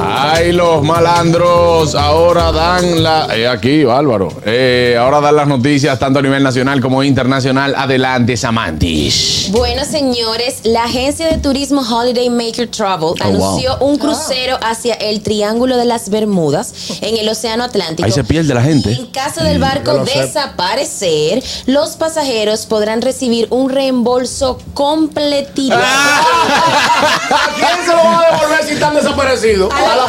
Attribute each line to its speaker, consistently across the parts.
Speaker 1: Ay, los malandros, ahora dan la... eh, aquí, Álvaro. Eh, ahora dan las noticias tanto a nivel nacional como internacional. Adelante, Samantis.
Speaker 2: Bueno, señores, la agencia de turismo Holiday Maker
Speaker 1: Oh,
Speaker 2: Travel anunció un
Speaker 3: Ah.
Speaker 2: crucero hacia el Triángulo de las Bermudas en el Océano Atlántico.
Speaker 1: Ahí se pierde la gente.
Speaker 2: En caso del barco
Speaker 3: lo sé.
Speaker 2: desaparecer, los pasajeros podrán recibir un reembolso completito.
Speaker 1: ¡Ah!
Speaker 3: ¿A quién se lo va a devolver si están desaparecidos? A la,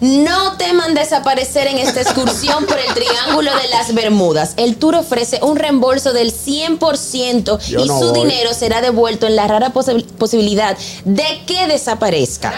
Speaker 2: No teman desaparecer en esta excursión por el Triángulo de las Bermudas. El tour ofrece un reembolso del 100%
Speaker 3: Yo
Speaker 2: y
Speaker 3: no
Speaker 2: su
Speaker 3: voy.
Speaker 2: dinero será devuelto en la rara posi- posibilidad de que desaparezca.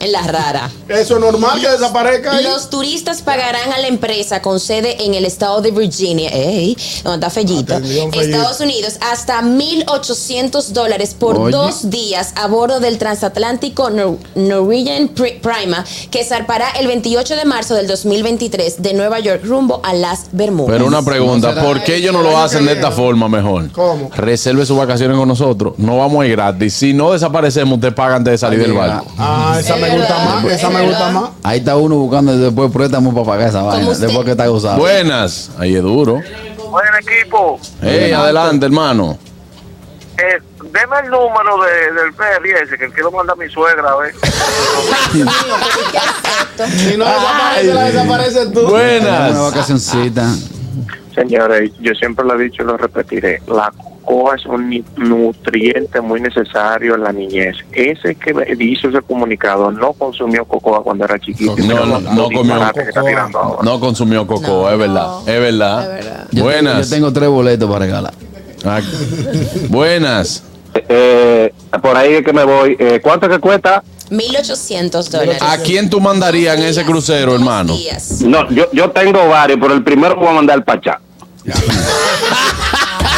Speaker 2: En la rara.
Speaker 3: Eso es normal que desaparezca. ahí.
Speaker 2: Los turistas pagarán a la empresa con sede en el estado de Virginia, ey, donde está
Speaker 1: Ah,
Speaker 2: Fellito,
Speaker 3: Atención, Fellito.
Speaker 2: Estados Unidos, hasta 1.800 dólares por
Speaker 1: Oye.
Speaker 2: dos días a bordo del transatlántico Nor- Norwegian Pri- Prima, que zarpará el 28 de marzo del 2023 de Nueva York rumbo a las Bermudas.
Speaker 1: Pero una pregunta, ¿por qué ellos no lo hacen de esta forma mejor?
Speaker 3: ¿Cómo?
Speaker 1: Reserve sus vacaciones con nosotros. No vamos a ir gratis. Si no desaparecemos, usted paga antes de salir del barco.
Speaker 3: Ah, esa
Speaker 2: Es
Speaker 3: me gusta
Speaker 2: verdad,
Speaker 3: más.
Speaker 2: es
Speaker 3: Esa me
Speaker 2: verdad.
Speaker 3: gusta más.
Speaker 4: Ahí está uno buscando después préstamo para pagar esa vaina.
Speaker 2: usted.
Speaker 4: Después que está gozado.
Speaker 1: Buenas. Ahí es duro.
Speaker 5: Buen equipo,
Speaker 1: Hey, adelante, hermano.
Speaker 5: eh, deme el número de, del ferry ese que quiero mandar a mi suegra, a ver.
Speaker 3: Si no desaparece, la desapareces tú.
Speaker 4: Tenemos Una
Speaker 1: Buenas. Ah.
Speaker 4: vacacioncita.
Speaker 5: Señores, yo siempre lo he dicho y lo repetiré, la cocoa es un ni- nutriente muy necesario en la niñez. Ese que me hizo ese comunicado no consumió cocoa cuando era chiquito.
Speaker 1: No,
Speaker 5: Mira
Speaker 1: no,
Speaker 5: los-
Speaker 1: no
Speaker 5: los
Speaker 1: comió
Speaker 5: disparates que está
Speaker 3: cocoa.
Speaker 5: tirando ahora.
Speaker 1: No consumió coco, es verdad. Es verdad.
Speaker 4: Yo Tengo, yo
Speaker 1: Buenas.
Speaker 4: tengo tres boletos para regalar.
Speaker 1: Ah, Buenas.
Speaker 5: Eh, por ahí es que me voy. Eh, ¿Cuánto que cuesta?
Speaker 2: 1.800 dólares.
Speaker 1: ¿A quién tú mandarías en ese crucero,
Speaker 2: Dos
Speaker 1: hermano?
Speaker 2: días.
Speaker 5: No, yo, yo tengo varios, pero el primero voy a mandar pachá.
Speaker 3: Hay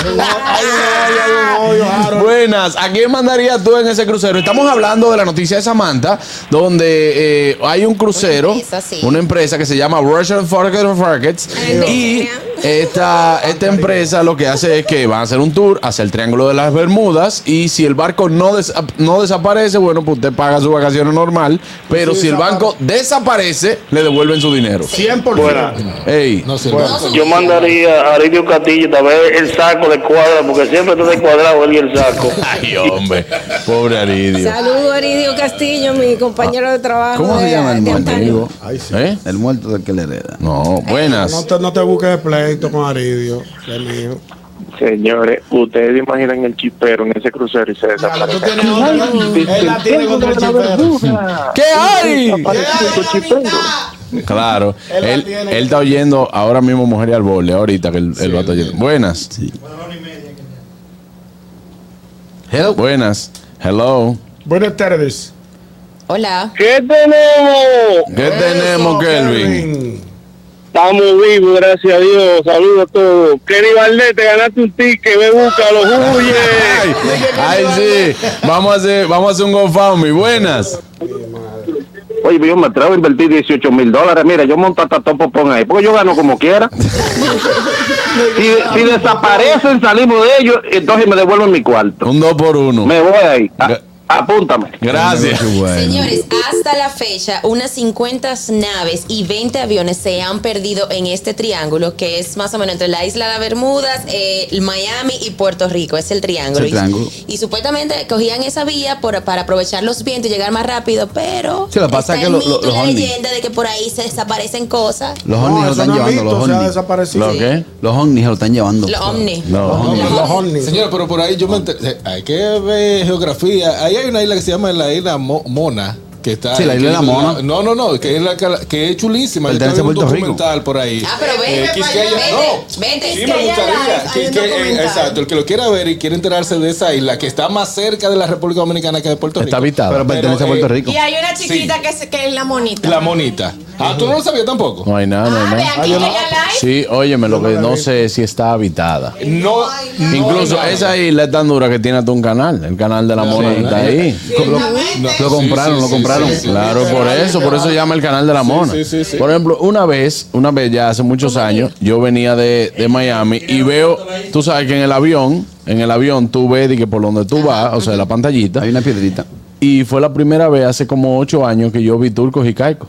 Speaker 3: un odio, hay un odio, Harold.
Speaker 1: Buenas, ¿a quién mandarías tú en ese crucero? Estamos hablando de la noticia de Samantha, donde eh, hay un crucero,
Speaker 2: Una empresa, sí.
Speaker 1: una empresa que se llama Russian Forget Rockets, y esta, esta empresa lo que hace es que van a hacer un tour hacia el Triángulo de las Bermudas, y si el barco no, desa- no desaparece, bueno, pues usted paga sus vacaciones normal, pero
Speaker 3: Sí,
Speaker 1: si el barco desaparece, le devuelven su dinero.
Speaker 3: 100%.
Speaker 1: Ey,
Speaker 2: No su vida.
Speaker 6: Yo mandaría a Aridio Castillo tal vez el saco de cuadra, porque siempre está de cuadrado él y el saco.
Speaker 1: ay, hombre, pobre Aridio.
Speaker 7: Saludos, Aridio Castillo, mi compañero de trabajo.
Speaker 4: ¿Cómo
Speaker 7: de-
Speaker 4: se llama el
Speaker 7: de
Speaker 4: muerto?
Speaker 7: antaño.
Speaker 4: Digo,
Speaker 3: Ay, sí.
Speaker 1: ¿Eh?
Speaker 4: el muerto del que le hereda.
Speaker 1: No,
Speaker 3: No
Speaker 1: buenas.
Speaker 3: te, no te busques pleito con Aridio, que es mío.
Speaker 5: Señores, ustedes imaginan el chipero en ese crucero y se
Speaker 3: Claro, tú
Speaker 5: desaparece.
Speaker 3: tienes otra. Él la tiene contra el chipero.
Speaker 1: ¿Qué hay?
Speaker 3: Ay,
Speaker 1: Claro.
Speaker 3: Él la
Speaker 1: Él,
Speaker 3: tiene.
Speaker 1: él está oyendo ahora mismo Mujer y al Borde, ahorita que él, él va a estar oyendo. Buenas. Hello. Buenas. Hello.
Speaker 3: Buenas tardes.
Speaker 2: Hola.
Speaker 6: ¿Qué tenemos?
Speaker 1: ¿Qué tenemos, Kelvin?
Speaker 6: Estamos vivos, gracias a Dios. Saludos a todos. Kenny Valdés, te ganaste un ticket, ve, búscalo,
Speaker 1: Ay,
Speaker 6: huye.
Speaker 1: ay, sí. Vamos a hacer, vamos a hacer un GoFundMe. Buenas.
Speaker 5: Oye, yo me atrevo a invertir 18 mil dólares. Mira, yo monto hasta topo pon ahí, porque yo gano como quiera. si, si desaparecen, salimos de ellos, entonces me devuelven mi cuarto.
Speaker 1: Un 2 por 1
Speaker 5: Me voy ahí.
Speaker 1: Ga-
Speaker 5: A- apúntame.
Speaker 1: Gracias.
Speaker 2: Señores, hasta la fecha, unas 50 naves y 20 aviones se han perdido en este triángulo, que es más o menos entre la isla de Bermudas, eh, Miami y Puerto Rico. Es el triángulo.
Speaker 4: Es el triángulo.
Speaker 2: Y, y supuestamente cogían esa vía por- para aprovechar los vientos y llegar más rápido, pero
Speaker 4: Sí, lo que
Speaker 2: está
Speaker 4: pasa es que
Speaker 2: el
Speaker 4: lo-
Speaker 2: mito
Speaker 4: lo-
Speaker 2: y
Speaker 4: los
Speaker 2: la
Speaker 4: ovnis.
Speaker 2: leyenda de que por ahí se desaparecen cosas.
Speaker 4: Los
Speaker 3: No,
Speaker 4: ovnis lo
Speaker 3: eso
Speaker 4: están
Speaker 3: no es
Speaker 4: llevando,
Speaker 3: mito,
Speaker 4: los
Speaker 3: se ha
Speaker 4: ovnis.
Speaker 3: desaparecido.
Speaker 1: ¿Lo qué?
Speaker 4: Los ovnis lo están llevando.
Speaker 2: Los ovnis.
Speaker 1: No.
Speaker 3: Los ovnis, los ovnis.
Speaker 8: Señora, pero por ahí yo me enter- eh, Hay que ver geografía. Ahí hay una isla que se llama la isla Mo- Mona. Que está,
Speaker 4: Sí, la isla de la
Speaker 8: que-
Speaker 4: Mona.
Speaker 8: No, no, no, que es, la, que- que es chulísima. Yo
Speaker 4: Pertenece
Speaker 8: estaba
Speaker 4: a
Speaker 8: viendo un
Speaker 4: Puerto Rico.
Speaker 8: documental por ahí.
Speaker 2: Ah, pero vete pa'
Speaker 8: Eh, Quisqueya-
Speaker 2: allá,
Speaker 8: no,
Speaker 2: vete, vete.
Speaker 8: Sí, me
Speaker 2: Quisqueya
Speaker 8: gustaría.
Speaker 2: Live,
Speaker 8: que-
Speaker 2: hay un
Speaker 8: que- eh,
Speaker 2: documental.
Speaker 8: exacto, el que lo quiera ver y quiere enterarse de esa isla, que está más cerca de la República Dominicana que de Puerto Rico.
Speaker 1: Está habitado.
Speaker 4: Pero pertenece a
Speaker 8: Pero, eh,
Speaker 4: Puerto Rico.
Speaker 7: Y hay una chiquita que, se- que es la monita.
Speaker 8: La monita. Ah, tú no lo sabías tampoco.
Speaker 1: No hay nada, no hay
Speaker 3: Ah, ve
Speaker 1: nada.
Speaker 3: aquí,
Speaker 8: yo no-
Speaker 3: llega live.
Speaker 1: Sí, óyeme, lo que no sé es si está habitada.
Speaker 8: No, no,
Speaker 1: Incluso
Speaker 8: no.
Speaker 1: esa isla es tan dura que tiene hasta un canal. El canal de la mona está ahí.
Speaker 4: Lo, lo compraron, lo compraron.
Speaker 1: Claro, por eso, por eso llama el canal de la mona.
Speaker 8: sí, sí, sí.
Speaker 1: Por ejemplo, una vez, una vez ya hace muchos años, yo venía de, de Miami y veo, tú sabes que en el avión, en el avión tú ves de que por donde tú vas, o sea, la pantallita,
Speaker 4: Hay una piedrita.
Speaker 1: y fue la primera vez hace como ocho años que yo vi turcos y caicos.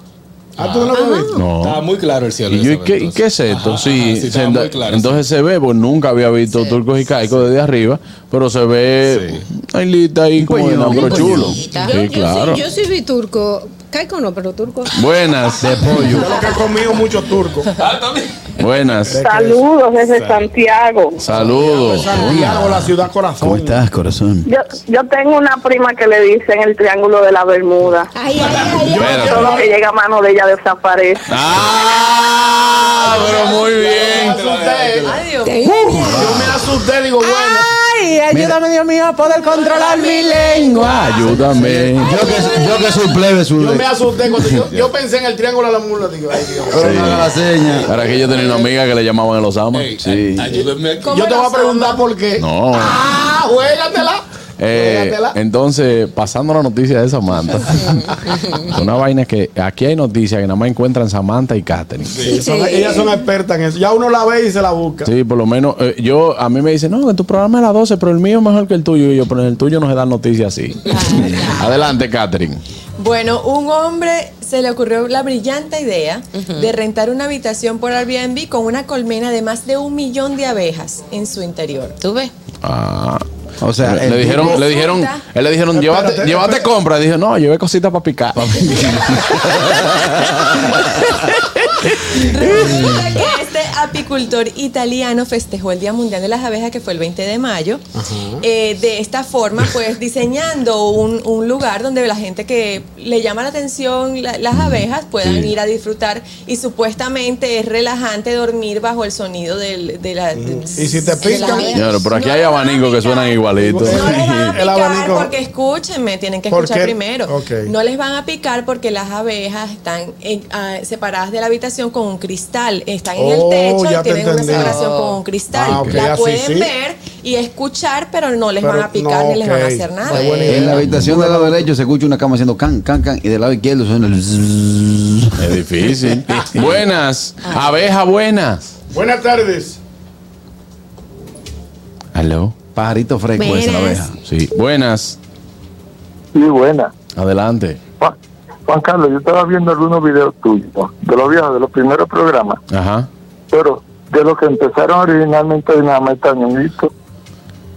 Speaker 8: Ah, tú no lo viste.
Speaker 1: No.
Speaker 8: Estaba muy claro el cielo.
Speaker 1: Y yo,
Speaker 8: esa
Speaker 1: ¿y
Speaker 8: vez,
Speaker 1: qué, y
Speaker 8: entonces.
Speaker 1: qué es esto?
Speaker 8: Ajá,
Speaker 1: sí,
Speaker 8: ajá, estaba
Speaker 1: senda-
Speaker 8: muy claro,
Speaker 1: entonces se ve, pues nunca había visto turcos y caicos desde arriba, pero se ve una islita ahí como de
Speaker 4: pañuelo,
Speaker 1: nombre
Speaker 4: un
Speaker 1: chulo. Sí,
Speaker 2: pañuelito.
Speaker 1: claro.
Speaker 9: sí, yo sí vi turco. Caico no, pero turco.
Speaker 1: Buenas, de pollo.
Speaker 3: Yo lo que he comido mucho turco.
Speaker 1: Buenas.
Speaker 10: Saludos desde Santiago.
Speaker 1: Saludos.
Speaker 3: Santiago, la ciudad corazón.
Speaker 4: ¿Cómo estás, corazón?
Speaker 10: Yo, yo tengo una prima que le dicen el triángulo de la Bermuda.
Speaker 9: Ay, ay, ay, ay.
Speaker 1: Espérate.
Speaker 10: Todo lo que llega a mano de ella desaparece.
Speaker 1: Ah, pero muy bien. Ah.
Speaker 3: Adiós.
Speaker 9: Te-
Speaker 3: eh. Yo me asusté, digo, bueno.
Speaker 9: Ay, ayúdame, Dios mío, a poder controlar mi lengua.
Speaker 1: Ayúdame.
Speaker 4: Yo que, yo que soy plebe, su
Speaker 3: Yo me asusté cuando yo, yo pensé en el triángulo de la mula. Digo, ay, Dios.
Speaker 4: Pero no haga la seña.
Speaker 1: Para que yo tenía una amiga que le llamaban los amas.
Speaker 8: Ey,
Speaker 1: Sí.
Speaker 8: ay- Ayúdenme aquí.
Speaker 3: Yo te voy a preguntar por qué.
Speaker 1: No.
Speaker 3: Ah, juégatela.
Speaker 1: Eh,
Speaker 3: Juégatela.
Speaker 1: entonces, pasando la noticia de Samantha. una vaina que aquí hay noticias que nada más encuentran Samantha y Katherine.
Speaker 9: Sí,
Speaker 3: Son-
Speaker 9: sí.
Speaker 3: Ellas son expertas en eso. Ya uno la ve y se la busca.
Speaker 1: Sí, por lo menos eh, yo, a mí me dicen, no, que tu programa es a las 12, pero el mío es mejor que el tuyo. Y yo, pero en el tuyo no se dan noticias así. Adelante, Katherine.
Speaker 11: Bueno, un hombre se le ocurrió la brillante idea de rentar una habitación por Airbnb con una colmena de más de un millón de abejas en su interior.
Speaker 2: ¿Tú ves?
Speaker 1: Ah,
Speaker 4: O sea,
Speaker 1: le,
Speaker 4: el
Speaker 1: le dijeron,
Speaker 4: tipo-
Speaker 1: le dijeron, él le dijeron, llévate,
Speaker 3: Espérate,
Speaker 1: llévate
Speaker 3: espérate.
Speaker 1: compra. Dije, no, llevé cositas para picar.
Speaker 11: Resulta que este apicultor italiano festejó el Día Mundial de las Abejas, que fue el 20 de mayo. Eh, de esta forma, pues diseñando un, un lugar donde la gente que le llama la atención la- las abejas puedan ir a disfrutar y supuestamente es relajante dormir bajo el sonido del, de la. Y
Speaker 3: si te pican?
Speaker 1: Señores, pero aquí hay abanicos que suenan igualitos.
Speaker 3: Sí.
Speaker 11: no les van a
Speaker 3: El
Speaker 11: picar
Speaker 3: abanico.
Speaker 11: porque escúchenme, tienen que
Speaker 3: ¿Por
Speaker 11: escuchar
Speaker 3: qué?
Speaker 11: primero.
Speaker 3: Ok.
Speaker 11: No les van a picar porque las abejas están en- ah, separadas de la habitación con un cristal. Están en
Speaker 3: Oh,
Speaker 11: el techo
Speaker 3: ya
Speaker 11: y
Speaker 3: te
Speaker 11: tienen una
Speaker 3: entendí.
Speaker 11: separación
Speaker 2: Oh.
Speaker 11: con un cristal.
Speaker 3: Ah, ok,
Speaker 11: La
Speaker 3: así
Speaker 11: pueden
Speaker 3: sí.
Speaker 11: ver y escuchar, pero no les van
Speaker 3: Pero
Speaker 11: a picar
Speaker 3: no,
Speaker 11: ni les van a
Speaker 3: ok.
Speaker 11: hacer nada.
Speaker 3: Qué buena
Speaker 4: En la
Speaker 3: idea.
Speaker 4: habitación del lado derecho se escucha una cama haciendo can, can, can. Y del lado izquierdo suena el zzzz.
Speaker 1: Es difícil. buenas, abeja buenas.
Speaker 3: Buenas tardes.
Speaker 1: Aló.
Speaker 4: Pajarito fresco esa la abeja.
Speaker 1: Sí, buenas.
Speaker 12: Sí, buena.
Speaker 1: Adelante.
Speaker 12: Juan, Juan Carlos, yo estaba viendo algunos videos tuyos, de los viejos, de los primeros programas,
Speaker 1: Ajá.
Speaker 12: pero de los que empezaron originalmente nada más está Ñonguito.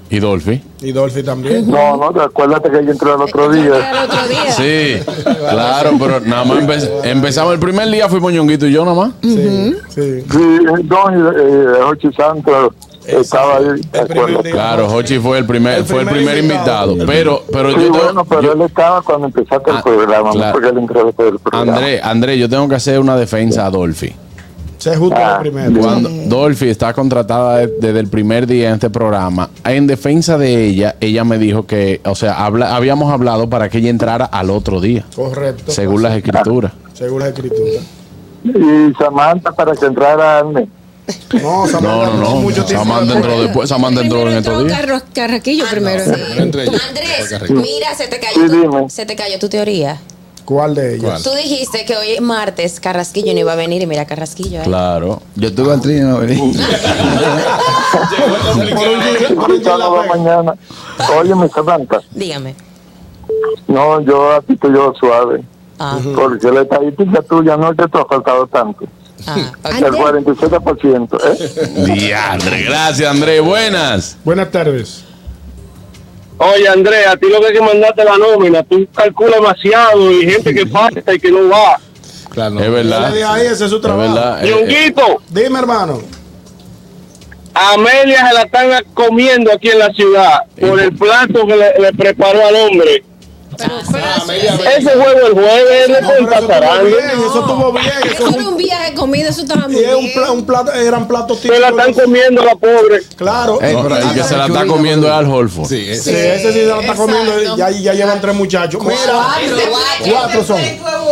Speaker 1: ¿Y Dolphy?
Speaker 3: Y Dolphy también.
Speaker 12: No, no, acuérdate que yo entré el otro
Speaker 9: El
Speaker 12: día.
Speaker 9: otro día.
Speaker 1: Sí, claro, pero nada más empe- empezamos el primer día, fuimos ñonguito y yo nada más.
Speaker 3: Sí. sí.
Speaker 12: Sí, Don y eh, Jochi Santos
Speaker 3: Ese
Speaker 12: estaba
Speaker 3: fue
Speaker 12: ahí,
Speaker 3: el
Speaker 12: ¿te
Speaker 3: primer
Speaker 12: acuerdas?
Speaker 3: día.
Speaker 1: Claro, Hochi fue el primer,
Speaker 3: El
Speaker 1: fue el
Speaker 3: primer
Speaker 1: primer invitado.
Speaker 3: invitado.
Speaker 1: Pero, pero
Speaker 12: Sí,
Speaker 1: yo tengo-
Speaker 12: bueno, pero
Speaker 1: yo-
Speaker 12: él estaba cuando empezaste el
Speaker 1: Ah,
Speaker 12: programa,
Speaker 1: claro.
Speaker 12: no porque él entró después del programa.
Speaker 1: André, André, yo tengo que hacer una defensa a Dolphy.
Speaker 3: Se justo
Speaker 12: Ah,
Speaker 3: la primera.
Speaker 1: Cuando Dolphy está contratada de- desde el primer día en este programa, en defensa de ella, ella me dijo que, o sea, habla- habíamos hablado para que ella entrara al otro día,
Speaker 3: Correcto.
Speaker 1: según las escrituras.
Speaker 3: Según las escrituras.
Speaker 12: Y Samantha para que entrara Arne.
Speaker 3: No,
Speaker 1: No,
Speaker 3: Samantha,
Speaker 1: no, no.
Speaker 3: mucho tiempo
Speaker 1: Samantha
Speaker 3: después.
Speaker 1: entró después, Samantha entró
Speaker 9: Primero
Speaker 1: en
Speaker 9: entró
Speaker 1: estos días.
Speaker 9: Carlos Carraquillo primero.
Speaker 8: entre ellos.
Speaker 2: Ah, Andrés,
Speaker 8: Carraquillo.
Speaker 2: mira, se te
Speaker 12: Sí,
Speaker 2: cayó, tu,
Speaker 12: dime.
Speaker 2: se te cayó tu teoría.
Speaker 3: ¿Cuál de ellas?
Speaker 2: Tú dijiste que hoy martes Carrasquillo no iba a venir y mira Carrasquillo. ¿eh?
Speaker 1: Claro.
Speaker 4: Yo tuve al trino. ¿no?
Speaker 12: Ya nos va mañana. Óyeme, Samantha.
Speaker 2: Dígame.
Speaker 12: No, yo a ti te llevo suave.
Speaker 2: Ah,
Speaker 12: Porque la estadística tuya no te ha faltado tanto.
Speaker 2: ah, ok.
Speaker 12: El 47%. ¿eh?
Speaker 1: Diandre, gracias, André. Buenas.
Speaker 3: Buenas tardes.
Speaker 6: Oye, Andrea, a ti lo que hay que mandarte la nómina, tú calculas demasiado y gente que falta y que no va.
Speaker 8: Claro, no.
Speaker 1: Es
Speaker 3: Dale
Speaker 1: verdad.
Speaker 3: de ahí, ese es su
Speaker 1: Es
Speaker 3: trabajo.
Speaker 1: verdad. eh, eh,
Speaker 6: Ñonguito,
Speaker 3: Dime, hermano.
Speaker 6: Amelia se la están comiendo aquí en la ciudad por el plato que le, le preparó al hombre. Ese juego el jueves, no pueden
Speaker 3: Pero eso
Speaker 6: pasar
Speaker 3: estuvo
Speaker 6: algo.
Speaker 3: bien, eso estuvo bien.
Speaker 9: Eso
Speaker 3: Eso
Speaker 9: era un viaje comido, eso estaba
Speaker 3: y
Speaker 9: muy
Speaker 3: es un pla-
Speaker 9: bien.
Speaker 3: un plato, eran platos
Speaker 6: Se la están
Speaker 3: típicos.
Speaker 6: comiendo la pobre.
Speaker 3: Claro.
Speaker 4: Ey,
Speaker 1: no,
Speaker 4: pero
Speaker 1: el eh, que se la está
Speaker 4: Chulito,
Speaker 1: comiendo
Speaker 4: pero-
Speaker 1: es Al Holford.
Speaker 8: Sí,
Speaker 3: Sí, ese sí se la está comiendo. Ya, ya llevan tres muchachos. Mira,
Speaker 2: Cuatro, cuatro.
Speaker 3: cuatro son.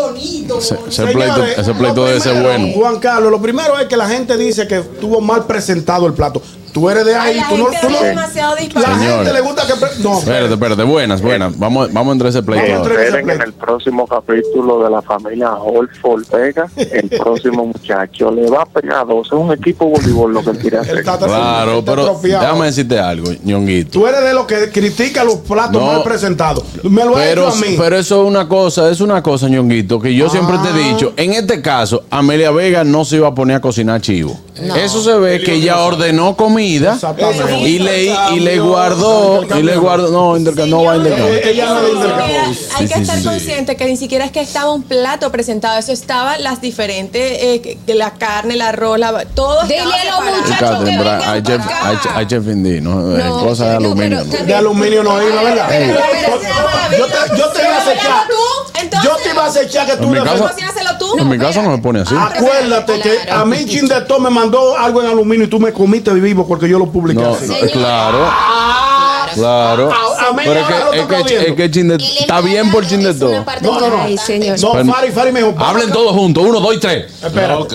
Speaker 3: bonito.
Speaker 1: Ese- ese pleito- ese pleito
Speaker 3: lo
Speaker 1: debe ser
Speaker 3: primero,
Speaker 1: bueno.
Speaker 3: Juan Carlos, lo primero es que la gente dice que estuvo mal presentado el plato. Tú eres de ahí,
Speaker 11: la
Speaker 3: tú no,
Speaker 11: gente
Speaker 3: tú no-
Speaker 11: es demasiado
Speaker 3: La
Speaker 11: disparada.
Speaker 1: Señor.
Speaker 3: gente le gusta que. pre- No,
Speaker 1: Espérate, espérate. Buenas, buenas. Vamos, vamos a entrar ese pleito. ahora.
Speaker 13: Esperen en el próximo capítulo de la familia Holford Vega, el próximo muchacho le va a pegar dos. Es un equipo de voleibol lo que él quiere hacer.
Speaker 1: Claro, pero
Speaker 3: atrofiado.
Speaker 1: déjame decirte algo, ñonguito.
Speaker 3: tú eres de los que critica los platos
Speaker 1: No.
Speaker 3: mal presentados. Me lo ha
Speaker 1: Pero,
Speaker 3: hecho a mí.
Speaker 1: pero eso es una cosa, es una cosa, ñonguito, que yo siempre te
Speaker 3: Ah.
Speaker 1: he dicho. En este caso, Amelia Vega no se iba a poner a cocinar chivo. Eso se ve que ella ordenó comida
Speaker 3: Exactamente.
Speaker 1: y le, y le guardó, y le guardó, no, interca- no va a intercambiar.
Speaker 3: Ella no le intercambia.
Speaker 11: Hay
Speaker 1: Sí,
Speaker 11: que
Speaker 1: sí,
Speaker 11: estar
Speaker 1: sí.
Speaker 11: consciente que ni siquiera es que estaba un plato presentado, eso estaba las diferentes, eh, que- que la carne, el arroz, la, todo.
Speaker 2: Dile
Speaker 11: estaba
Speaker 2: a los
Speaker 11: separado.
Speaker 1: Catherine, Bra- hay chef, hay chef- hay chef indí, no, eh, cosas de aluminio. no.
Speaker 3: De aluminio no hay, la verdad.
Speaker 1: Ey.
Speaker 3: Yo te, yo te iba a acechar. Yo te iba a acechar que tú
Speaker 1: En mi
Speaker 3: defendas-
Speaker 1: casa, en mi casa no me pone así.
Speaker 11: Ah,
Speaker 3: Acuérdate que a mí Chin de Tom me mandó algo en aluminio y tú me comiste vivo porque yo lo publiqué
Speaker 1: No,
Speaker 3: así. Ah,
Speaker 1: no, claro. Claro.
Speaker 3: A- a mí
Speaker 1: Pero es
Speaker 3: ahora lo
Speaker 1: que, es
Speaker 3: toca
Speaker 1: que, es que Chin de- está bien por Chin de todo.
Speaker 3: No, no, no. No,
Speaker 1: Pero-
Speaker 3: Fari, Fari me dijo.
Speaker 1: Hablen todos juntos, uno, dos y tres. Ok.
Speaker 3: Espérate.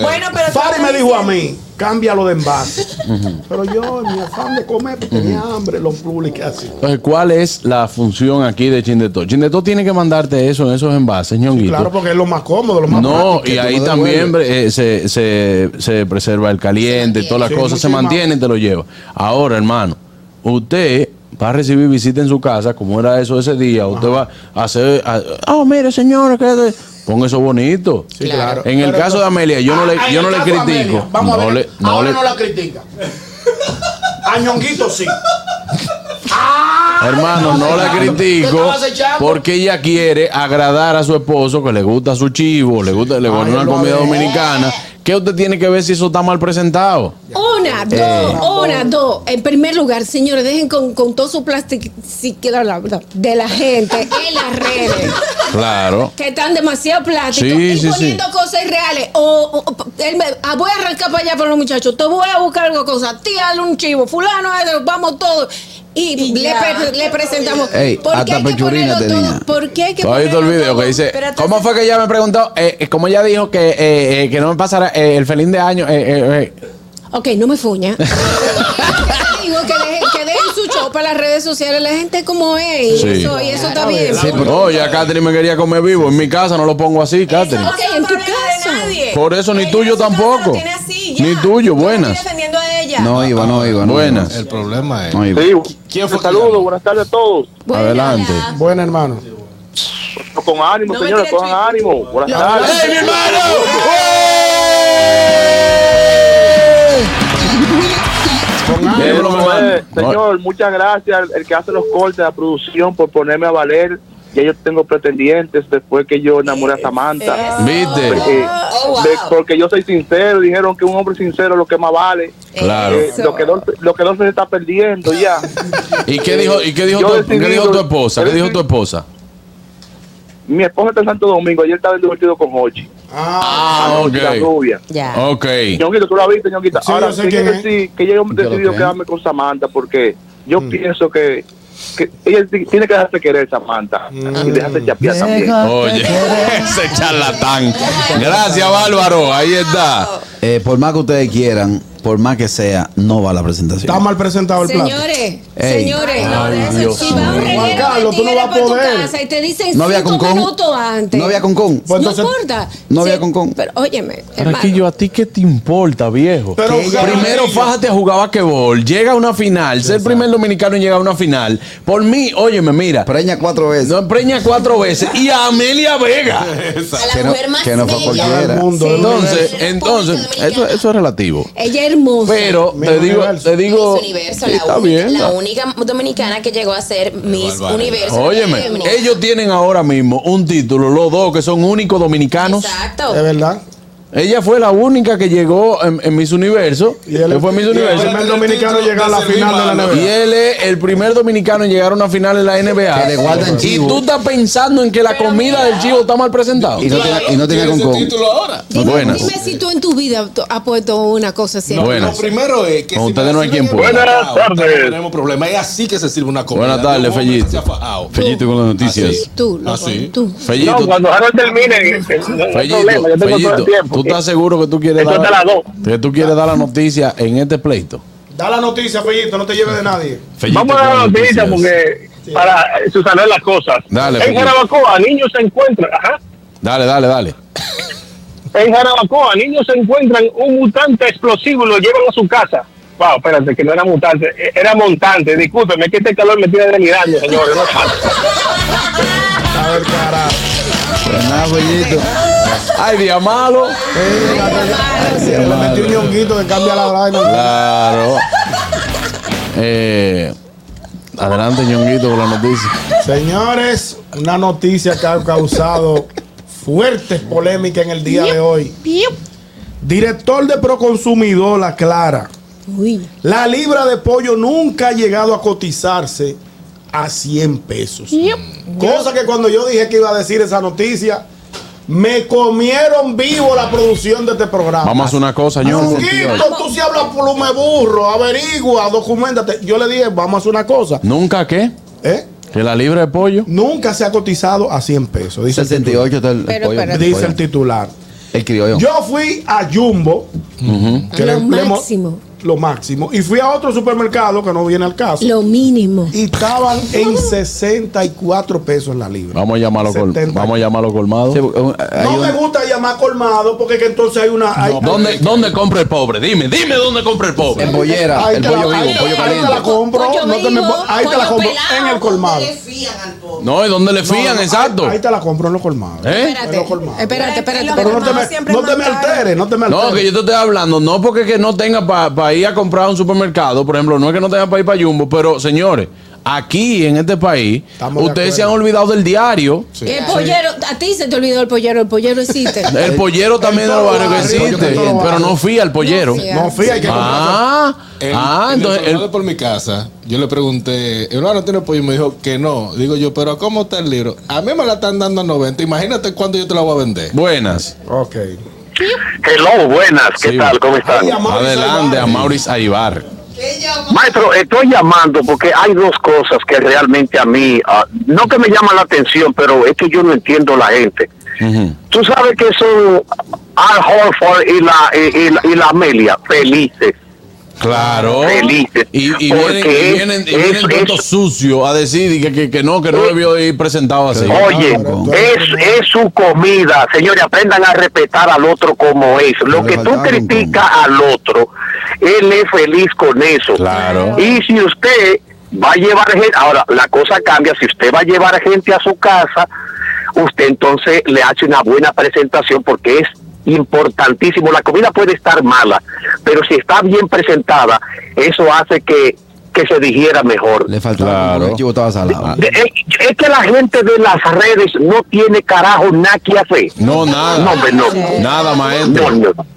Speaker 3: Fari me dijo a mí, cámbialo de envase. Pero yo, en mi afán de comer, porque tenía hambre, lo publiqué así.
Speaker 1: Entonces, ¿cuál es la función aquí de Chindeto? Chindeto tiene que mandarte eso en esos envases, ñonguito.
Speaker 3: Claro, porque es lo más cómodo, lo más
Speaker 1: No,
Speaker 3: práctico.
Speaker 1: y ahí
Speaker 3: Tú me
Speaker 1: también
Speaker 3: devuelves.
Speaker 1: eh, se, se- se preserva el caliente, todas las
Speaker 3: Sí,
Speaker 1: cosas se
Speaker 3: muchísima-
Speaker 1: mantienen y te lo lleva. Ahora, hermano, usted va a recibir visita en su casa, como era eso ese día, usted va a hacer... a- oh, mire, señor, que- Pon eso bonito.
Speaker 3: claro.
Speaker 1: En el
Speaker 3: Pero
Speaker 1: caso
Speaker 3: entonces-
Speaker 1: de Amelia, yo no le,
Speaker 3: Ah, en
Speaker 1: yo no
Speaker 3: el
Speaker 1: le
Speaker 3: caso de Amelia,
Speaker 1: critico.
Speaker 3: Vamos
Speaker 1: no
Speaker 3: a ver.
Speaker 1: le- no
Speaker 3: Ahora
Speaker 1: le-
Speaker 3: no la critica. A Ñonguito sí.
Speaker 1: Hermano, no la
Speaker 3: acechando, te
Speaker 1: critico
Speaker 3: estabas acechando.
Speaker 1: porque ella quiere agradar a su esposo que le gusta su chivo, le gusta, le gusta una comida dominicana. ¿Qué usted tiene que ver si eso está mal presentado?
Speaker 7: Una, dos,
Speaker 1: Eh,
Speaker 7: una, dos. En primer lugar, señores, dejen con, con todo su plástico de la gente en las redes.
Speaker 1: Claro.
Speaker 7: Que están demasiado plásticos
Speaker 1: Sí,
Speaker 7: y
Speaker 1: sí,
Speaker 7: poniendo
Speaker 1: sí.
Speaker 7: cosas irreales. O, o- o- él me- ah, voy a arrancar para allá para los muchachos. Te voy a buscar algo cosa. Tírale un chivo. Fulano, eh, vamos todos. Y, le,
Speaker 11: ya.
Speaker 7: pre- le presentamos.
Speaker 1: Ey, hasta pechurina tenía.
Speaker 7: ¿Por qué hay que
Speaker 1: ¿Tú has visto el
Speaker 7: ponerlo
Speaker 1: video
Speaker 7: todo?
Speaker 1: que dice,
Speaker 7: Espérate,
Speaker 1: ¿cómo fue que ella me preguntó? Eh, eh, como ella dijo que, eh, eh, que no me pasara eh, el felín de año. eh, eh, eh.
Speaker 7: Ok, no me fuña. Te digo que, le- que dejen su show para las redes sociales. La gente como es. Y
Speaker 1: Sí.
Speaker 7: eso, y eso está bien.
Speaker 1: no, ya Catherine me quería comer vivo. En mi casa no lo pongo así, Catherine.
Speaker 7: Ok, en tu casa.
Speaker 1: Por eso ni tuyo tampoco. Ni tuyo, buenas.
Speaker 11: Defendiendo a ella.
Speaker 4: No iba, no iba. No
Speaker 1: Buenas.
Speaker 4: El problema es.
Speaker 13: ¿Quién fue? Saludos, buenas tardes a todos.
Speaker 1: Adelante.
Speaker 3: Buena, hermano.
Speaker 13: Con ánimo, señores, con ánimo. Buenas tardes. Eh,
Speaker 1: ¡Ey, mi hermano!
Speaker 13: Eso es. Señor, muchas gracias el, el que hace los cortes, la producción, por ponerme a valer. Ya yo tengo pretendientes después que yo enamoré a Samantha.
Speaker 1: ¿Viste?
Speaker 13: Porque, eh, de- porque yo soy sincero, dijeron que un hombre sincero es lo que más vale.
Speaker 1: Claro.
Speaker 13: Eh, lo, que Dolphy- lo que Dolphy se está perdiendo ya.
Speaker 1: ¿Y qué dijo, y qué dijo,
Speaker 13: eh, Yo
Speaker 1: tu,
Speaker 13: decidí
Speaker 1: qué dijo tu
Speaker 13: lo-
Speaker 1: esposa? ¿Qué dijo tu esposa?
Speaker 13: Mi esposa está en Santo Domingo, ayer estaba divertido con Hochi.
Speaker 1: Ah, ok.
Speaker 13: La rubia.
Speaker 1: Ok.
Speaker 13: Ñonguito, tú la viste, Ñonguito.
Speaker 1: Sí,
Speaker 13: Ahora,
Speaker 1: yo sé
Speaker 13: fíjate
Speaker 1: quién es.
Speaker 13: sí, que yo he decidido
Speaker 1: creo.
Speaker 13: quedarme con Samantha porque yo pienso que, que ella ti- tiene que dejarse querer, Samantha. Y dejarse chapear también.
Speaker 1: Oye, ese charlatán. Gracias, Bárbaro. Ahí está.
Speaker 4: Eh, por más que ustedes quieran, por más que sea, no va la presentación.
Speaker 3: Está mal presentado el plato.
Speaker 7: Señores,
Speaker 4: Ey.
Speaker 7: señores,
Speaker 4: Ay, Dios
Speaker 7: si va un
Speaker 4: mío.
Speaker 7: reguero
Speaker 4: Juan
Speaker 7: de
Speaker 4: Carlos, tú no
Speaker 7: tigres
Speaker 4: vas a
Speaker 7: pa' tu
Speaker 4: poder.
Speaker 7: casa y te dicen
Speaker 4: No había
Speaker 7: cinco
Speaker 4: concón.
Speaker 7: minutos antes.
Speaker 4: No había concón. Pues entonces-
Speaker 7: no importa.
Speaker 4: No había
Speaker 7: Sí,
Speaker 4: concón.
Speaker 7: Pero óyeme, hermano.
Speaker 1: Aquí yo, ¿a ti qué te importa, viejo?
Speaker 7: Pero,
Speaker 1: Que ella-
Speaker 7: Carlos,
Speaker 1: primero fájate a jugar basquetbol, llega a una final, ser el primer dominicano en llegar a una final. Por mí, óyeme, mira.
Speaker 4: Preña cuatro veces.
Speaker 1: No, preña cuatro veces. Y a Amelia Vega.
Speaker 4: Que no- mujer más que no fue bella cualquiera. del mundo, del
Speaker 1: Entonces,
Speaker 4: universo.
Speaker 1: entonces, eso, eso es relativo.
Speaker 7: Ella es hermosa.
Speaker 1: Pero te digo, te digo,
Speaker 2: Miss Universo,
Speaker 1: sí,
Speaker 2: la,
Speaker 1: está
Speaker 2: única,
Speaker 1: bien.
Speaker 2: la única dominicana que llegó a ser Miss
Speaker 1: Bárbaro.
Speaker 2: Universo.
Speaker 1: Óyeme,
Speaker 2: Femenina.
Speaker 1: ellos tienen ahora mismo un título, los dos que son únicos dominicanos.
Speaker 2: Exacto.
Speaker 1: verdad. Ella fue la única que llegó en, en Miss Universo. que fue Miss
Speaker 3: y el
Speaker 1: Universo.
Speaker 3: primer dominicano en llegar a la final de la NBA.
Speaker 1: Y él es el primer dominicano en llegar a una final de la NBA.
Speaker 4: Que le guardan chivo.
Speaker 1: Y tú estás pensando en que la comida del chivo está mal presentada.
Speaker 4: Y no tenga- y no tenga Claro, tiene concón. ese título ahora.
Speaker 7: Dime,
Speaker 1: Buenas.
Speaker 7: dime si tú en tu vida tú has puesto una cosa así.
Speaker 1: No, Buenas.
Speaker 8: Lo primero es que
Speaker 1: Con ustedes no hay quien pueda.
Speaker 8: Buenas tardes. Tenemos problema. Es así que se sirve una comida.
Speaker 1: Buenas tardes, Fellito. Fellito con las noticias.
Speaker 7: Tú, loco, tú.
Speaker 1: Fellito.
Speaker 6: No, cuando Harold termine, eh, eh, no hay problema, yo tengo todo el tiempo.
Speaker 1: ¿tú estás seguro que tú quieres
Speaker 6: Eso
Speaker 1: dar,
Speaker 6: te la doy.
Speaker 1: que tú quieres dar la noticia en este pleito?
Speaker 3: Da la noticia, Fellito, no te lleves de nadie.
Speaker 6: Vamos a dar la noticia porque para eh, subsanar las cosas.
Speaker 1: Dale,
Speaker 6: en
Speaker 1: Fellito.
Speaker 6: Jarabacoa, niños se encuentran. Ajá.
Speaker 1: Dale, dale, dale.
Speaker 6: En Jarabacoa, niños se encuentran un mutante explosivo y lo llevan a su casa. Wow, espérate, que no era mutante, eh, era montante. Discúlpeme, es que este calor me tiene delirando, señores. No
Speaker 1: Ay, día malo.
Speaker 3: Le metí un ñonguito que cambia la vaina.
Speaker 1: Claro. Eh, adelante, ñonguito, con la noticia.
Speaker 3: Señores, una noticia que ha causado fuertes polémicas en el día de hoy. Director de Proconsumidor aclara. La libra de pollo nunca ha llegado a cotizarse a 100 pesos. Cosa que cuando yo dije que iba a decir esa noticia, me comieron vivo la producción de este programa.
Speaker 1: Vamos a hacer una cosa, ñongo.
Speaker 3: Quito, tú si hablas plume burro, averigua, documentate. Yo le dije, vamos a hacer una cosa.
Speaker 1: ¿Nunca qué?
Speaker 3: ¿Eh?
Speaker 1: ¿Que la libra de pollo?
Speaker 3: Nunca se ha cotizado a 100 pesos. Dice el
Speaker 4: 68 está el,
Speaker 3: Pero
Speaker 4: pollo.
Speaker 3: espérate. Dice el titular.
Speaker 4: El criollo.
Speaker 3: Yo fui a Jumbo,
Speaker 4: Ujú.
Speaker 3: que
Speaker 7: Lo
Speaker 3: le- le mo-
Speaker 7: máximo.
Speaker 3: lo máximo, y fui a otro supermercado que no viene al caso.
Speaker 7: Lo mínimo.
Speaker 3: Y estaban en 64 pesos la libra.
Speaker 1: Vamos a llamarlo, col-
Speaker 3: 70.
Speaker 1: vamos a llamarlo colmado.
Speaker 4: uh,
Speaker 3: No me gusta llamar colmado porque que entonces hay una. hay-
Speaker 1: ¿Dónde, ¿Dónde compra el pobre? Dime, dime dónde compra el pobre. En
Speaker 3: Ahí te la- ahí- Ahí te la compro. no te me- ahí te la compro en el colmado.
Speaker 1: No, ¿y dónde le fían? Exacto.
Speaker 3: Ahí te la compro en los colmados.
Speaker 1: ¿Eh?
Speaker 7: Espérate, espérate.
Speaker 3: Pero no te me, no te me alteres, no te me alteres.
Speaker 1: No, que yo te estoy hablando, no porque que no tenga para ir a comprar a un supermercado, por ejemplo, no es que no tenga para ir para Jumbo, pero señores, aquí en este país,
Speaker 3: de
Speaker 1: ustedes se han olvidado del diario.
Speaker 7: El pollero, a ti se te olvidó el pollero, el pollero existe.
Speaker 1: El pollero también de los barrios que existe, pero no fía el pollero.
Speaker 3: No fía, hay que
Speaker 1: Ah,
Speaker 8: El-
Speaker 1: ah,
Speaker 8: el
Speaker 1: entonces.
Speaker 8: enfermero por mi casa, yo le pregunté, hermano, ¿tiene pollo? Y me dijo que no. Digo yo, pero ¿cómo está el libro? A mí me la están dando a 90. Imagínate cuánto yo te la voy a vender.
Speaker 1: Buenas.
Speaker 3: Ok.
Speaker 12: Hello, buenas, ¿qué tal? ¿Cómo están?
Speaker 1: Adelante, a Maurice Aibar.
Speaker 12: Maestro, estoy llamando porque hay dos cosas que realmente a mí, ah, no que me llaman la atención, pero es que yo no entiendo la gente. Tú sabes que son Al Horford y la, y, y la- y la Amelia felices.
Speaker 1: Claro.
Speaker 12: Felices.
Speaker 1: Y, y
Speaker 12: Porque
Speaker 1: vienen, y vienen, y
Speaker 12: es-
Speaker 1: vienen
Speaker 12: es-
Speaker 1: tanto sucios a decir y que, que, que no, que no debió de ir presentado así.
Speaker 12: Oye, es, es su comida. Señores, aprendan a respetar al otro como es. Lo que tú criticas al otro, él es feliz con eso. Y si usted va a llevar gente, ahora la cosa cambia, si usted va a llevar gente a su casa, usted entonces le hace una buena presentación porque es importantísimo. La comida puede estar mala, pero si está bien presentada, eso hace que, que se digiera mejor.
Speaker 4: Le faltaba el chivo estaba salado.
Speaker 12: De- eh, es que la gente de las redes no tiene carajo nada que hacer.
Speaker 1: No, nada.
Speaker 12: No, hombre, no.
Speaker 1: Nada, maestro.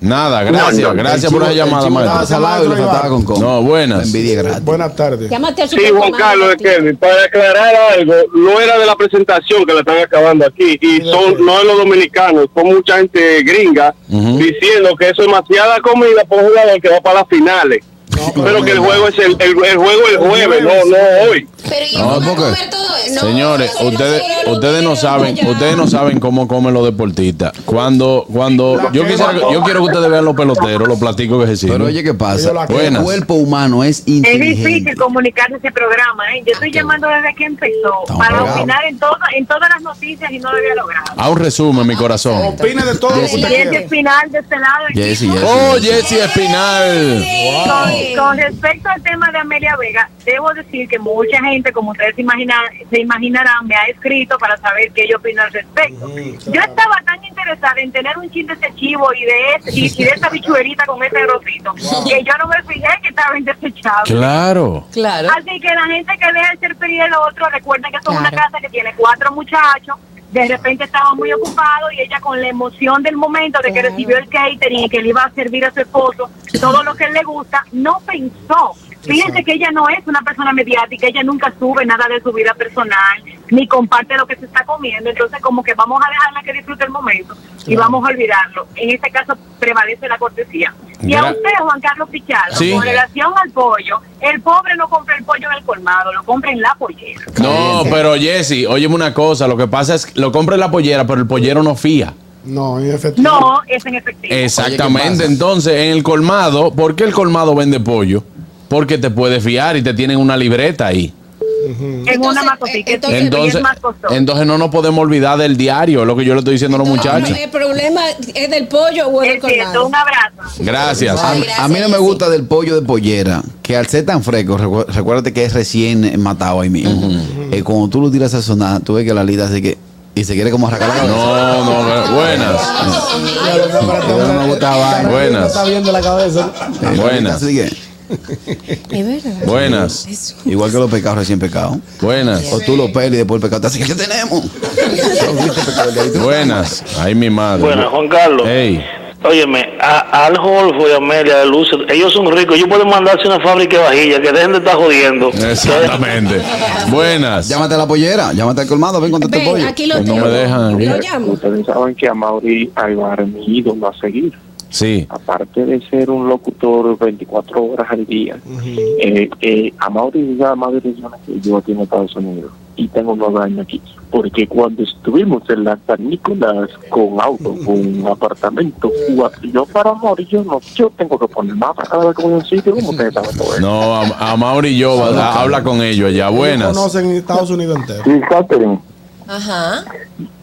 Speaker 1: Nada, gracias.
Speaker 12: No, no.
Speaker 1: Gracias
Speaker 12: El
Speaker 1: por esa
Speaker 12: chivo- el
Speaker 1: llamada,
Speaker 12: chivo
Speaker 1: maestro.
Speaker 12: estaba salado y le faltaba
Speaker 1: con No, buenas.
Speaker 3: Buenas tardes.
Speaker 7: Llámate al
Speaker 6: Sí, Juan Carlos, es que para Eh, aclarar algo, no era de la presentación que la están acabando aquí, y son, no de los dominicanos, son mucha gente gringa diciendo que eso es demasiada comida por un jugador que va para las finales. pero que el juego es el, el- el juego el jueves, no, no hoy.
Speaker 1: No, porque- Señores, ustedes, ustedes no saben, ustedes no saben cómo comen los deportistas. Cuando, cuando, yo quisiera, que- yo quiero que ustedes vean los peloteros, los platicos que se sirven.
Speaker 4: Pero oye, ¿qué pasa? El
Speaker 1: Buenas.
Speaker 4: cuerpo humano es
Speaker 14: Es
Speaker 4: inteligente.
Speaker 14: difícil comunicar ese programa, ¿eh? Yo estoy llamando desde que empezó para
Speaker 1: pegados.
Speaker 14: opinar en, todo, en todas las noticias y no lo había logrado.
Speaker 1: A un resumen, mi corazón.
Speaker 3: de todo
Speaker 14: El
Speaker 6: Ah,
Speaker 14: siguiente final de este lado. el
Speaker 1: Jesse,
Speaker 14: equipo.
Speaker 1: Oh, Jesse Espinal.
Speaker 14: Con, con respecto al tema de Amelia Vega, debo decir que mucha gente, como ustedes se, imaginan, se imaginarán, me ha escrito para saber qué yo opino al respecto. Yo estaba tan interesada en tener un chin de ese chivo y de, ese- y, y de esa bichuelita con ese rosito, que yo no me fijé que estaba en desechable.
Speaker 1: Claro.
Speaker 14: Así que la gente que deja de ser feliz del otro, recuerden que esto es una casa que tiene cuatro muchachos, de repente estaba muy ocupado y ella con la emoción del momento de que recibió el catering y que le iba a servir a su esposo todo lo que él le gusta, no pensó. Fíjense que ella no es una persona mediática, ella nunca sube nada de su vida personal, ni comparte lo que se está comiendo, entonces como que vamos a dejarla que disfrute el momento y
Speaker 15: Claro.
Speaker 14: vamos a olvidarlo. En este caso prevalece la cortesía. Y a
Speaker 15: Gra-
Speaker 14: usted, Juan Carlos Pichardo,
Speaker 1: Sí.
Speaker 14: con relación al pollo, el pobre no compra el pollo en el colmado, lo compra en la pollera.
Speaker 1: No, pero Jesse, óyeme una cosa. Lo que pasa es que lo compra en la pollera, pero el pollero no fía.
Speaker 3: No, en efectivo.
Speaker 14: No, es en efectivo.
Speaker 1: Exactamente. Entonces, en el colmado, ¿por qué el colmado vende pollo? Porque te puede fiar y te tienen una libreta ahí.
Speaker 14: En una macotica.
Speaker 1: Entonces,
Speaker 7: más costoso.
Speaker 1: entonces no nos podemos olvidar del diario, lo que yo le estoy diciendo a los muchachos.
Speaker 7: El problema es del pollo o del colmado.
Speaker 14: Un abrazo.
Speaker 1: Gracias.
Speaker 4: A, a mí no me gusta del pollo de pollera, que al ser tan fresco, recu- recuérdate que es recién matado ahí mismo. Eh, cuando tú lo tiras a sazonar, tú ves que la lita así que. Y se quiere como arrancar la cabeza. Eh,
Speaker 1: No, no, bu- buenas.
Speaker 4: Yo no me gusta vaina.
Speaker 1: Buenas.
Speaker 4: Está
Speaker 3: viendo la cabeza.
Speaker 4: Buenas. Así que,
Speaker 7: Es verdad.
Speaker 1: Buenas.
Speaker 4: Igual que los pecados recién pecados.
Speaker 1: Buenas.
Speaker 4: O tú los pelas y después el pecado te hace que ¿qué tenemos.
Speaker 1: Buenas. Ay, mi madre.
Speaker 12: Buenas, Juan Carlos.
Speaker 1: Ey.
Speaker 12: Óyeme, a, al Holfo y a Amelia de Luce, ellos son ricos. Yo puedo mandarse una fábrica de vajilla, que dejen de estar jodiendo.
Speaker 1: Exactamente. Buenas.
Speaker 4: Llámate a la pollera, llámate al colmado, ven con este
Speaker 7: Ven,
Speaker 4: pollo.
Speaker 7: aquí lo No tengo. me dejan aquí. Lo llamo.
Speaker 5: Ustedes saben que Amaury Alvar mi ídolo a seguir.
Speaker 1: Sí.
Speaker 5: Aparte de ser un locutor 24 horas al día, eh, eh, Amaury da más direcciones que yo aquí en Estados Unidos. Y tengo nueve años aquí. Porque cuando estuvimos en las canículas con auto, con apartamento, cua- yo para morir, yo no, yo tengo que poner más para cada vez que voy a un sitio, como ustedes saben todo eso.
Speaker 1: No, a, a Mauri y yo, va- a- habla con ellos allá. Buenas.
Speaker 3: Conocen en Estados Unidos entero.
Speaker 5: Sí, Catherine,
Speaker 11: Ajá.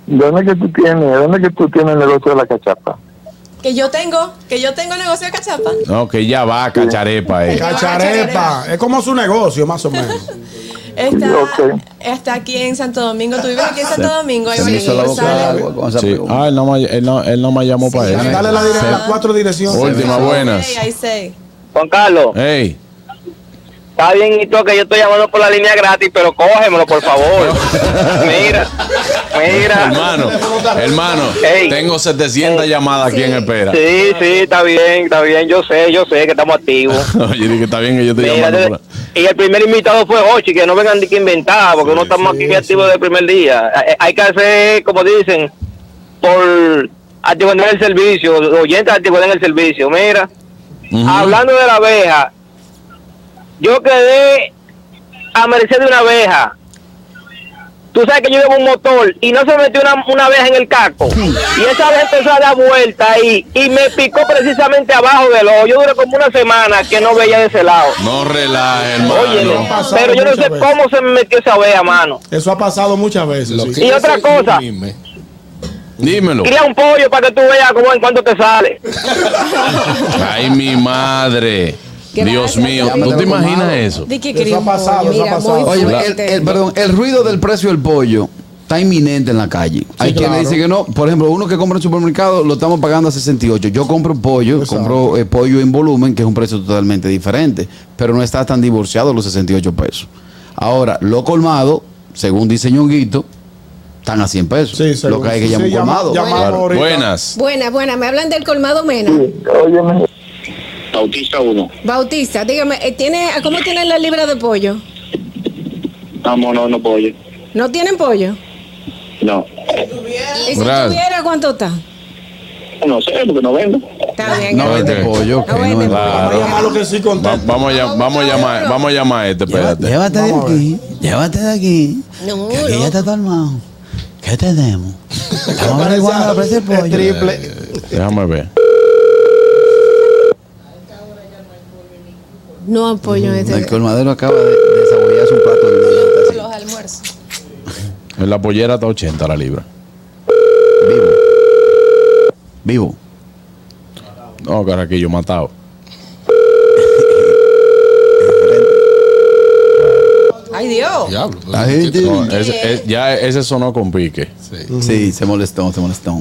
Speaker 5: ¿dónde que tú tienes, dónde que tú tienes el negocio de la cachapa?
Speaker 11: Que yo tengo, que yo tengo negocio de cachapa.
Speaker 1: No, que ya va, cacharepa. eh.
Speaker 3: Cacharepa. Es como su negocio, más o menos.
Speaker 11: Está, está aquí en Santo Domingo. Tú vives aquí en Santo Domingo. ahí
Speaker 1: Se me
Speaker 11: va.
Speaker 1: hizo la boca agua con esa pregunta. Ah, él no, me- él, no, él no me llamó para eso.
Speaker 3: Dale la dire- las cuatro direcciones.
Speaker 1: Última, buenas.
Speaker 11: Ey, ahí sé.
Speaker 16: Juan Carlos,
Speaker 5: ¿Eh?
Speaker 1: Ey.
Speaker 16: está bien y todo que yo estoy llamando por la línea gratis, pero cógemelo, por favor. mira, mira.
Speaker 1: Hermano, hermano, tengo 700 llamadas aquí en espera.
Speaker 16: Sí, sí, está bien, está bien. Yo sé, yo sé que estamos activos.
Speaker 1: Oye, dije, está bien que yo te
Speaker 16: Mira,
Speaker 1: llamando. por la-
Speaker 16: Y el primer invitado fue Hochi, que no vengan de que inventar, porque no estamos aquí activos desde el primer día. Eh, eh, Hay que hacer, como dicen, por activar el servicio, los oyentes activar el servicio. Mira, hablando de la abeja, yo quedé a merced de una abeja. Tú sabes que yo llevo un motor y no se metió una, una abeja en el casco. Y esa abeja empezó a dar vuelta ahí y me picó precisamente abajo del ojo. Yo duré como una semana que no veía de ese lado.
Speaker 1: No relaje, hermano.
Speaker 16: Oye, pero yo no sé cómo se me metió esa abeja, mano.
Speaker 3: Eso ha pasado muchas veces. sí.
Speaker 16: Y otra cosa,
Speaker 1: Dímelo.
Speaker 16: cría un pollo para que tú veas cómo en cuánto te sale.
Speaker 1: Ay, mi madre. Dios mío, ¿tú te imaginas eso?
Speaker 7: De que
Speaker 3: Eso ha
Speaker 7: quería un
Speaker 3: pasado,
Speaker 7: pollo,
Speaker 3: eso
Speaker 7: mira,
Speaker 3: ha
Speaker 7: muy
Speaker 3: pasado.
Speaker 4: Oye,
Speaker 7: fuerte.
Speaker 4: el, el- perdón, el ruido del precio del pollo está inminente en la calle. Hay quien le
Speaker 3: claro.
Speaker 4: dice que no. Por ejemplo, uno que compra en el supermercado lo estamos pagando a 68. Yo compro pollo, compro eh, pollo en volumen, que es un precio totalmente diferente, pero no está tan divorciado los 68 pesos. Ahora, lo colmado, según dice Ñonguito, están a 100 pesos. lo que hay que
Speaker 3: sí,
Speaker 4: llamar
Speaker 3: sí,
Speaker 4: un
Speaker 3: llama-
Speaker 4: colmado.
Speaker 3: llamamos Claro. ahorita.
Speaker 1: Buenas.
Speaker 7: Buena, buena. Me hablan del colmado Mena.
Speaker 12: Bautista uno.
Speaker 7: Bautista, dígame, eh, ¿tiene, ¿cómo tienen la libra de pollo?
Speaker 12: Vamos, no, no pollo.
Speaker 7: ¿No tienen pollo?
Speaker 12: No.
Speaker 7: ¿Y si
Speaker 12: Gracias.
Speaker 7: tuviera cuánto está?
Speaker 12: No sé, porque no vendo.
Speaker 7: Está bien.
Speaker 1: No
Speaker 7: gracias.
Speaker 1: vende pollo.
Speaker 7: No vende
Speaker 1: Claro. Va- Vamos a llam- vamos a llamar, vamos a llamar a este, espérate.
Speaker 4: Llévate de aquí, llévate de aquí.
Speaker 7: No,
Speaker 4: que aquí ya está tu hermano. ¿Qué tenemos? Estamos averiguando la precio del pollo.
Speaker 1: Déjame ver.
Speaker 7: No
Speaker 1: Mm,
Speaker 7: apoyo este.
Speaker 4: El colmadero acaba de desabollarse un plato de
Speaker 7: Los almuerzos.
Speaker 1: En la pollera está 80 la libra.
Speaker 4: Vivo.
Speaker 1: No, caraquillo, matado.
Speaker 11: Ay, Dios.
Speaker 4: La gente-
Speaker 1: No, ese- eh, ya ese sonó con pique.
Speaker 4: Sí. Sí, se molestó, se molestó.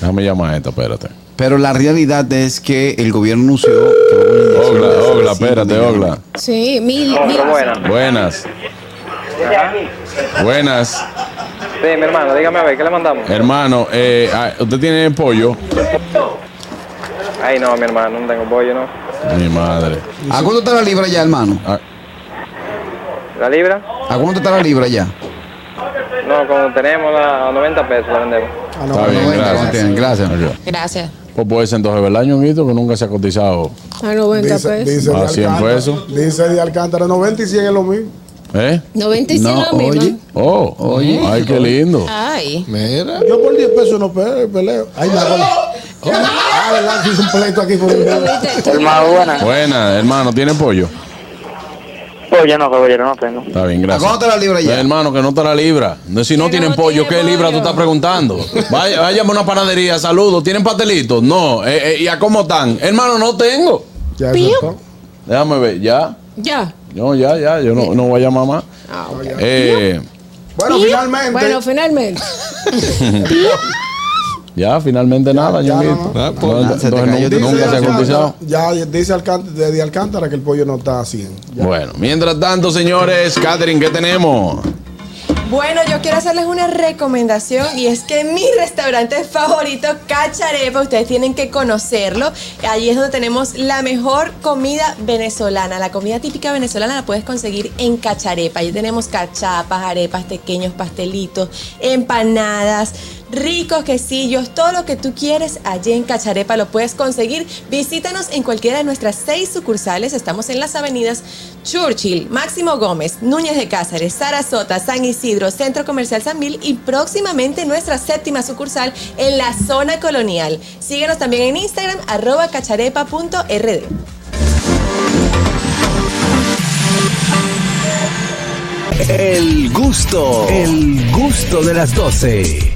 Speaker 1: Déjame llamar a esta, espérate.
Speaker 4: Pero la realidad es que el gobierno anunció que va a haber una inyección
Speaker 1: Ogla,
Speaker 4: de hace
Speaker 1: Ogla,
Speaker 4: cinco
Speaker 1: espérate,
Speaker 4: millones.
Speaker 1: Ogla.
Speaker 7: Sí, mil.
Speaker 1: Buenas. Buenas.
Speaker 16: Sí, mi hermano, dígame a ver, ¿qué le mandamos?
Speaker 1: Hermano, eh, ah, usted tiene pollo.
Speaker 16: Ay, no, mi hermano, no tengo pollo, ¿no?
Speaker 1: Mi madre. Ah,
Speaker 4: ¿A cuánto está la libra ya, hermano?
Speaker 16: ¿La libra?
Speaker 4: ¿A cuánto está la libra ya?
Speaker 16: No, como tenemos la- a 90 pesos la vendemos.
Speaker 3: Ah,
Speaker 1: Está bien, gracias.
Speaker 4: Gracias.
Speaker 2: Gracias.
Speaker 1: Pues puede ser entonces, ¿verdad, ñonguito? Que nunca se ha cotizado
Speaker 7: A 90 Ah, pesos.
Speaker 3: Dice
Speaker 1: a
Speaker 3: de
Speaker 1: 100
Speaker 3: Alcántara.
Speaker 1: Ah, pesos.
Speaker 3: Dice de Alcántara, 90 y 100 es lo mismo.
Speaker 1: ¿Eh?
Speaker 7: 90 y 100 es lo mismo.
Speaker 1: Oh, oye. Ay, qué lindo.
Speaker 7: Ay.
Speaker 1: Mira.
Speaker 3: Yo por 10 pesos no pe- peleo. Ay, me acuerdo. Ah, verdad, hice un pleito aquí por un dedo.
Speaker 13: Hermano, buena.
Speaker 1: Buena, hermano, ¿tiene pollo?
Speaker 13: Oye, no, caballero, no tengo.
Speaker 1: Está bien, gracias.
Speaker 13: ¿A cuánto está la libra ya?
Speaker 1: Eh, hermano, que no está la libra. No, Si no tienen pollo, ¿qué libra tú estás preguntando? Vaya, váyame a una panadería, saludos. ¿Tienen pastelitos? No. Eh, eh, ¿Y a cómo están? Hermano, no tengo.
Speaker 3: Ya,
Speaker 7: Piu.
Speaker 1: Déjame ver, ya.
Speaker 7: Ya.
Speaker 1: No, ya, ya. Yo no, no voy a llamar más. Eh,
Speaker 3: Bueno,
Speaker 7: Piu.
Speaker 3: finalmente.
Speaker 7: Bueno, finalmente.
Speaker 1: ya, finalmente nada, ñonguito. No, entonces nunca- nunca se ha cotizado.
Speaker 3: Ya dice Alcántara, desde Alcántara que el pollo no está a 100.
Speaker 1: Bueno, mientras tanto, señores, Catherine, ¿qué tenemos?
Speaker 11: Bueno, yo quiero hacerles una recomendación y es que mi restaurante favorito, Cacharepa, ustedes tienen que conocerlo. Allí es donde tenemos la mejor comida venezolana. La comida típica venezolana la puedes conseguir en Cacharepa. Allí tenemos cachapas, arepas, pequeños pastelitos, empanadas, ricos quesillos, todo lo que tú quieres allí en Cacharepa lo puedes conseguir. Visítanos en cualquiera de nuestras seis sucursales. Estamos en las avenidas Churchill, Máximo Gómez, Núñez de Cáceres, Sarasota, San Isidro, Centro Comercial San Mil y próximamente nuestra séptima sucursal en la zona colonial. Síguenos también en Instagram, arroba cacharepa.rd.
Speaker 17: El gusto, el gusto de las 12.